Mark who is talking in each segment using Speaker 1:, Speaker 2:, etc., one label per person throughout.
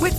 Speaker 1: With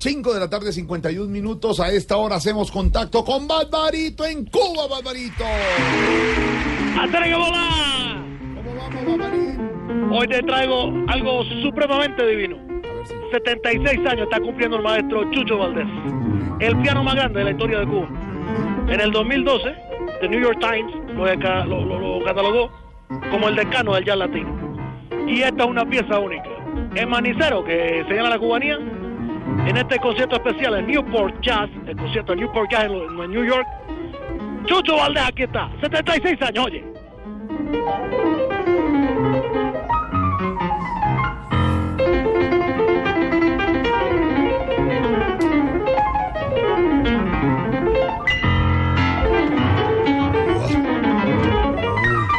Speaker 2: 5 de la tarde, 51 minutos. A esta hora hacemos contacto con Barbarito en Cuba, Barbarito.
Speaker 3: ¡Hacer que volar!
Speaker 2: ¿Cómo vamos, Barbarito?
Speaker 3: Hoy te traigo algo supremamente divino. 76 años está cumpliendo el maestro Chucho Valdés, el piano más grande de la historia de Cuba. En el 2012, The New York Times lo, deca- lo- lo- lo catalogó como el decano del jazz latino. Y esta es una pieza única. En Manicero, que se llama La Cubanía, en este concierto especial en Newport Jazz, el concierto de Newport Jazz en, lo- en New York, Chucho Valdés aquí está, 76 años, oye.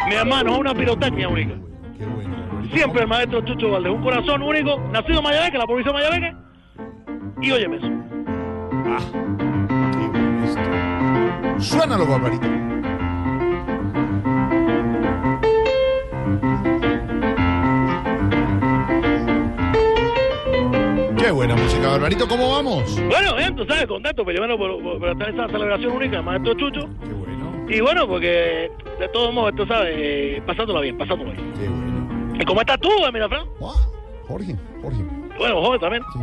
Speaker 3: Mi hermano, es una pirotecnia única.
Speaker 2: Qué bueno.
Speaker 3: Siempre el maestro Chucho Valdés, un corazón único, nacido en Mayabeque, la provincia de Mayabeque. Y óyeme eso.
Speaker 2: Ah, Suénalo, Barbarito. Qué buena música, Barbarito. ¿Cómo vamos?
Speaker 3: Bueno, bien, tú sabes, contento, pero bueno, por, por- por hacer esa celebración única del maestro Chucho.
Speaker 2: Qué bueno.
Speaker 3: Y bueno, porque de todos modos, tú sabes, eh, pasándola bien, pasándola bien.
Speaker 2: Qué bueno.
Speaker 3: ¿Y cómo estás tú, eh, mira, Fran?
Speaker 2: Ah, Jorge, Jorge.
Speaker 3: Bueno, joven también.
Speaker 2: Sí.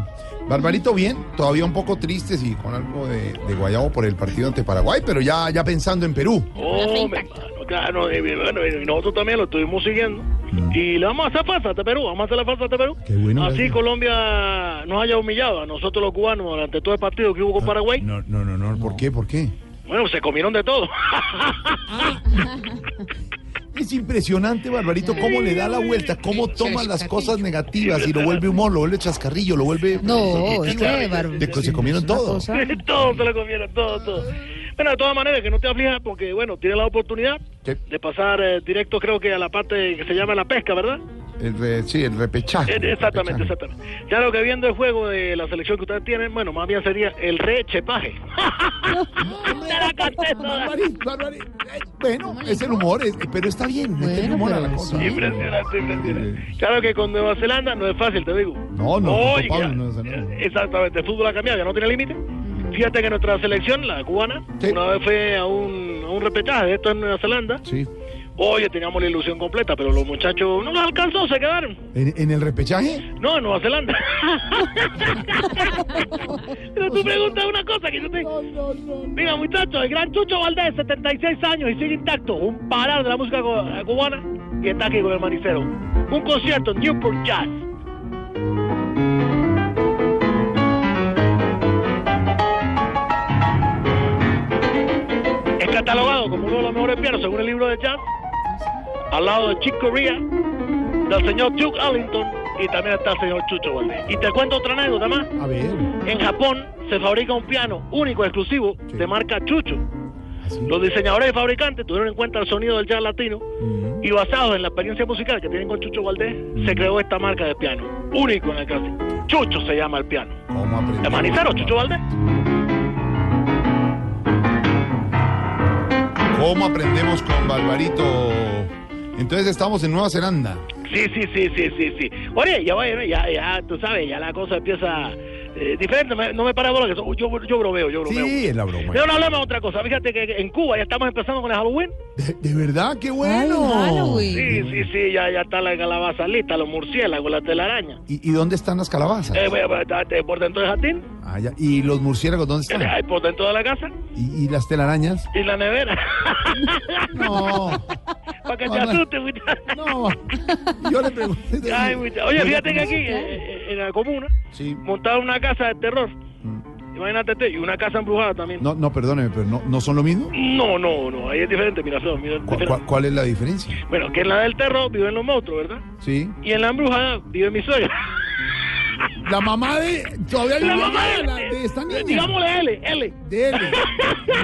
Speaker 2: Barbarito, bien, todavía un poco tristes y con algo de, de guayabo por el partido ante Paraguay, pero ya, ya pensando en Perú.
Speaker 3: Oh, mi hermano, claro, y bueno, y nosotros también lo estuvimos siguiendo. Y le vamos a hacer falta a este Perú, vamos a hacerle falta a Perú.
Speaker 2: Qué bueno,
Speaker 3: Así
Speaker 2: Gabriel.
Speaker 3: Colombia nos haya humillado a nosotros los cubanos durante todo el partido que hubo
Speaker 2: Ah,
Speaker 3: con Paraguay.
Speaker 2: No, no, no, no. ¿Por qué? ¿Por qué?
Speaker 3: Bueno, se comieron de todo.
Speaker 2: Es impresionante, Barbarito, cómo le da la vuelta, cómo toma las cosas negativas y lo vuelve humor, lo vuelve chascarrillo, lo vuelve.
Speaker 4: No, es
Speaker 2: positivo.
Speaker 4: que Barbarito,
Speaker 2: Oh, De- Se comieron todo.
Speaker 4: cosa.
Speaker 3: todo se lo comieron, todo, todo. Bueno, de todas maneras, que no te aflijas porque, bueno, tienes la oportunidad
Speaker 2: Sí.
Speaker 3: de pasar eh, directo, creo que a la parte que se llama la pesca, ¿verdad?
Speaker 2: El re- sí, el repechaje.
Speaker 3: Eh, Exactamente,
Speaker 2: el repechaje.
Speaker 3: exactamente. Ya lo que viendo el juego de la selección que ustedes tienen, bueno, más bien sería el rechepaje. Te la conté toda.
Speaker 2: Barbarito, Barbarito. Eh, Bueno, es el humor, es- pero está bien, es el
Speaker 4: Bueno,
Speaker 2: humor a la
Speaker 4: pero
Speaker 2: cosa.
Speaker 4: sí.
Speaker 3: Impresionante, impresionante. Claro que con Nueva Zelanda no es fácil, te digo.
Speaker 2: No, no,
Speaker 3: Oye,
Speaker 2: Pablo, Nueva Zelanda.
Speaker 3: Exactamente, el fútbol ha cambiado, ya no tiene límite. Fíjate que nuestra selección, la cubana,
Speaker 2: Sí.
Speaker 3: una vez fue a un, a un repechaje, esto en Nueva Zelanda.
Speaker 2: Sí.
Speaker 3: Oye, teníamos la ilusión completa, pero los muchachos no los alcanzó, se quedaron.
Speaker 2: ¿En, en el repechaje?
Speaker 3: No, en Nueva Zelanda. Pero tú preguntas una cosa que yo te... Mira, muchachos, el gran Chucho Valdés, 76 años y sigue intacto. Un parado de la música cu- cubana y está aquí con el manicero. Un concierto en Newport Jazz. Es catalogado como uno de los mejores pianos según el libro de jazz, al lado de Chick Corea, del señor Duke Ellington y también está el señor Chucho Valdés. Y te cuento otra anécdota más.
Speaker 2: A ver.
Speaker 3: En Japón se fabrica un piano único, exclusivo,
Speaker 2: Sí.
Speaker 3: de marca Chucho.
Speaker 2: así.
Speaker 3: Los diseñadores y fabricantes tuvieron en cuenta el sonido del jazz latino
Speaker 2: Mm.
Speaker 3: y basados en la experiencia musical que tienen con Chucho Valdés, se creó esta marca de piano, único en el caso. Chucho se llama el piano.
Speaker 2: ¿Cómo
Speaker 3: ¿De
Speaker 2: aprendió?
Speaker 3: Manizaro, Chucho Valdés?
Speaker 2: ¿Cómo aprendemos con Barbarito? Entonces estamos en Nueva Zelanda.
Speaker 3: Sí, sí, sí, sí, sí, sí. Oye, ya, bueno, ya, ya, tú sabes, ya la cosa empieza eh, diferente. Me- no me para bola, que so- yo, yo bromeo, yo bromeo.
Speaker 2: Pues Sí, es la broma.
Speaker 3: Pero no hablemos de otra cosa. Fíjate que en Cuba ya estamos empezando con el Halloween.
Speaker 2: De, de verdad, qué bueno.
Speaker 4: Ay, Halloween.
Speaker 3: Sí, sí, sí, ya, ya está la calabaza lista, los murciélagos, la telaraña.
Speaker 2: ¿Y, y dónde están las calabazas?
Speaker 3: Eh, bueno, está- está por dentro del jardín,
Speaker 2: Ah, ya. ¿Y los murciélagos dónde
Speaker 3: eh,
Speaker 2: están?
Speaker 3: ahí por dentro de la casa
Speaker 2: ¿Y, y las telarañas?
Speaker 3: y la nevera.
Speaker 2: No,
Speaker 3: Para que te
Speaker 2: Mamá.
Speaker 3: asustes, muchacho.
Speaker 2: no. Yo le pregunté.
Speaker 3: Ay, muchacho. Oye, fíjate que aquí, eh, en la comuna,
Speaker 2: Sí.
Speaker 3: montaron una casa de terror. Imagínate, tú, y una casa embrujada también.
Speaker 2: Mm. No, no, perdóneme, pero no, ¿no son lo mismo?
Speaker 3: No, no, no, ahí es diferente, mira, Flor, mira,
Speaker 2: ¿Cu-
Speaker 3: diferente.
Speaker 2: cu- ¿Cuál es la diferencia?
Speaker 3: Bueno, que en la del terror viven los monstruos, ¿verdad?
Speaker 2: Sí.
Speaker 3: Y en la embrujada vive mi suegra.
Speaker 4: La mamá de. Todavía hay
Speaker 3: La
Speaker 4: una
Speaker 3: mamá
Speaker 4: mamá de,
Speaker 3: de- Eh,
Speaker 4: la- de esta niña.
Speaker 3: Digámosle L, L.
Speaker 4: De él.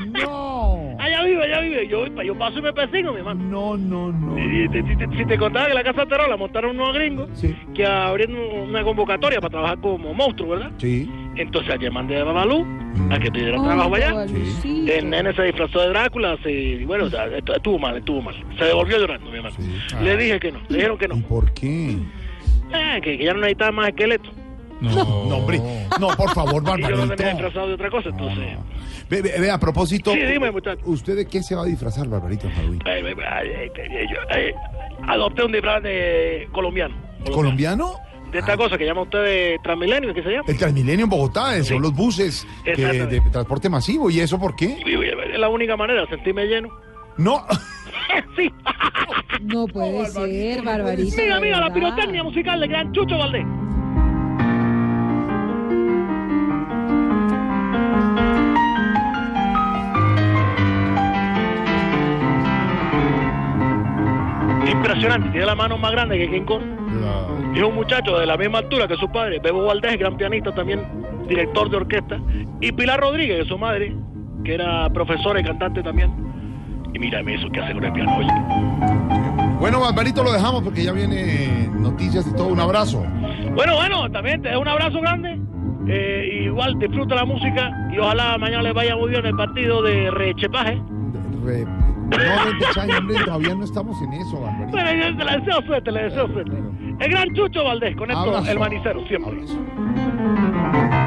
Speaker 4: No.
Speaker 3: Allá vive, allá vive. Yo, yo paso y me persigo, mi hermano.
Speaker 4: No, no, no.
Speaker 3: Y te- te- te- si te contaba que la casa de Terror la montaron unos gringos
Speaker 4: Sí.
Speaker 3: que abrieron una convocatoria para trabajar como monstruo, ¿verdad?
Speaker 2: Sí.
Speaker 3: Entonces ayer mandé a Babalú a que pidiera trabajo allá. El nene se disfrazó de Drácula, se, y bueno, o sea, est- estuvo mal, estuvo mal. Se devolvió llorando, mi hermano. Le dije que no, le dijeron que no.
Speaker 2: ¿Y por qué?
Speaker 3: Eh, que, que ya no necesitaba más esqueleto.
Speaker 4: No.
Speaker 2: No, hombre. No, por favor,
Speaker 3: Y yo lo
Speaker 2: Barbarito.
Speaker 3: tenía disfrazado de otra cosa, entonces...
Speaker 2: Ve, ve- ve, a propósito.
Speaker 3: Sí, dime, muchacho.
Speaker 2: ¿Usted de qué se va a disfrazar, Barbarito en Halloween?
Speaker 3: Ay, ay, ay, ay, yo, ay, adopté un disfraz de colombiano.
Speaker 2: ¿Colombiano? Ah.
Speaker 3: De esta cosa que llama ustedes Transmilenio, ¿qué se llama?
Speaker 2: El Transmilenio en Bogotá, eh, son
Speaker 3: Sí.
Speaker 2: los buses que-
Speaker 3: Exactamente.
Speaker 2: de transporte masivo. ¿Y eso por qué?
Speaker 3: Y, oye, Es la única manera, sentirme lleno.
Speaker 2: No.
Speaker 3: sí. Oh,
Speaker 5: No puede ser, barbarito.
Speaker 3: Mira, mira, la
Speaker 5: ¿verdad?
Speaker 3: pirotecnia musical de Gran Chucho Valdés. Impresionante, tiene la mano más grande que King Kong. Y es un muchacho de la misma altura que su padre, Bebo Valdés, gran pianista también, director de orquesta. Y Pilar Rodríguez, que es su madre, que era profesora y cantante también. Y mírame eso que hace con el piano, oye.
Speaker 2: Bueno, Barbarito, lo dejamos porque ya viene noticias y todo. Un abrazo.
Speaker 3: Bueno, bueno, también te dejo un abrazo grande. Eh, igual disfruta la música y ojalá mañana les vaya muy bien el partido de rechepaje.
Speaker 2: Re- No, de Chaña, hombre, todavía no estamos en eso, Barbarito.
Speaker 3: Bueno, yo te la deseo suerte, le deseo suerte. El gran Chucho Valdés, con esto
Speaker 2: Abrazo.
Speaker 3: el manicero siempre.
Speaker 2: Abrazo.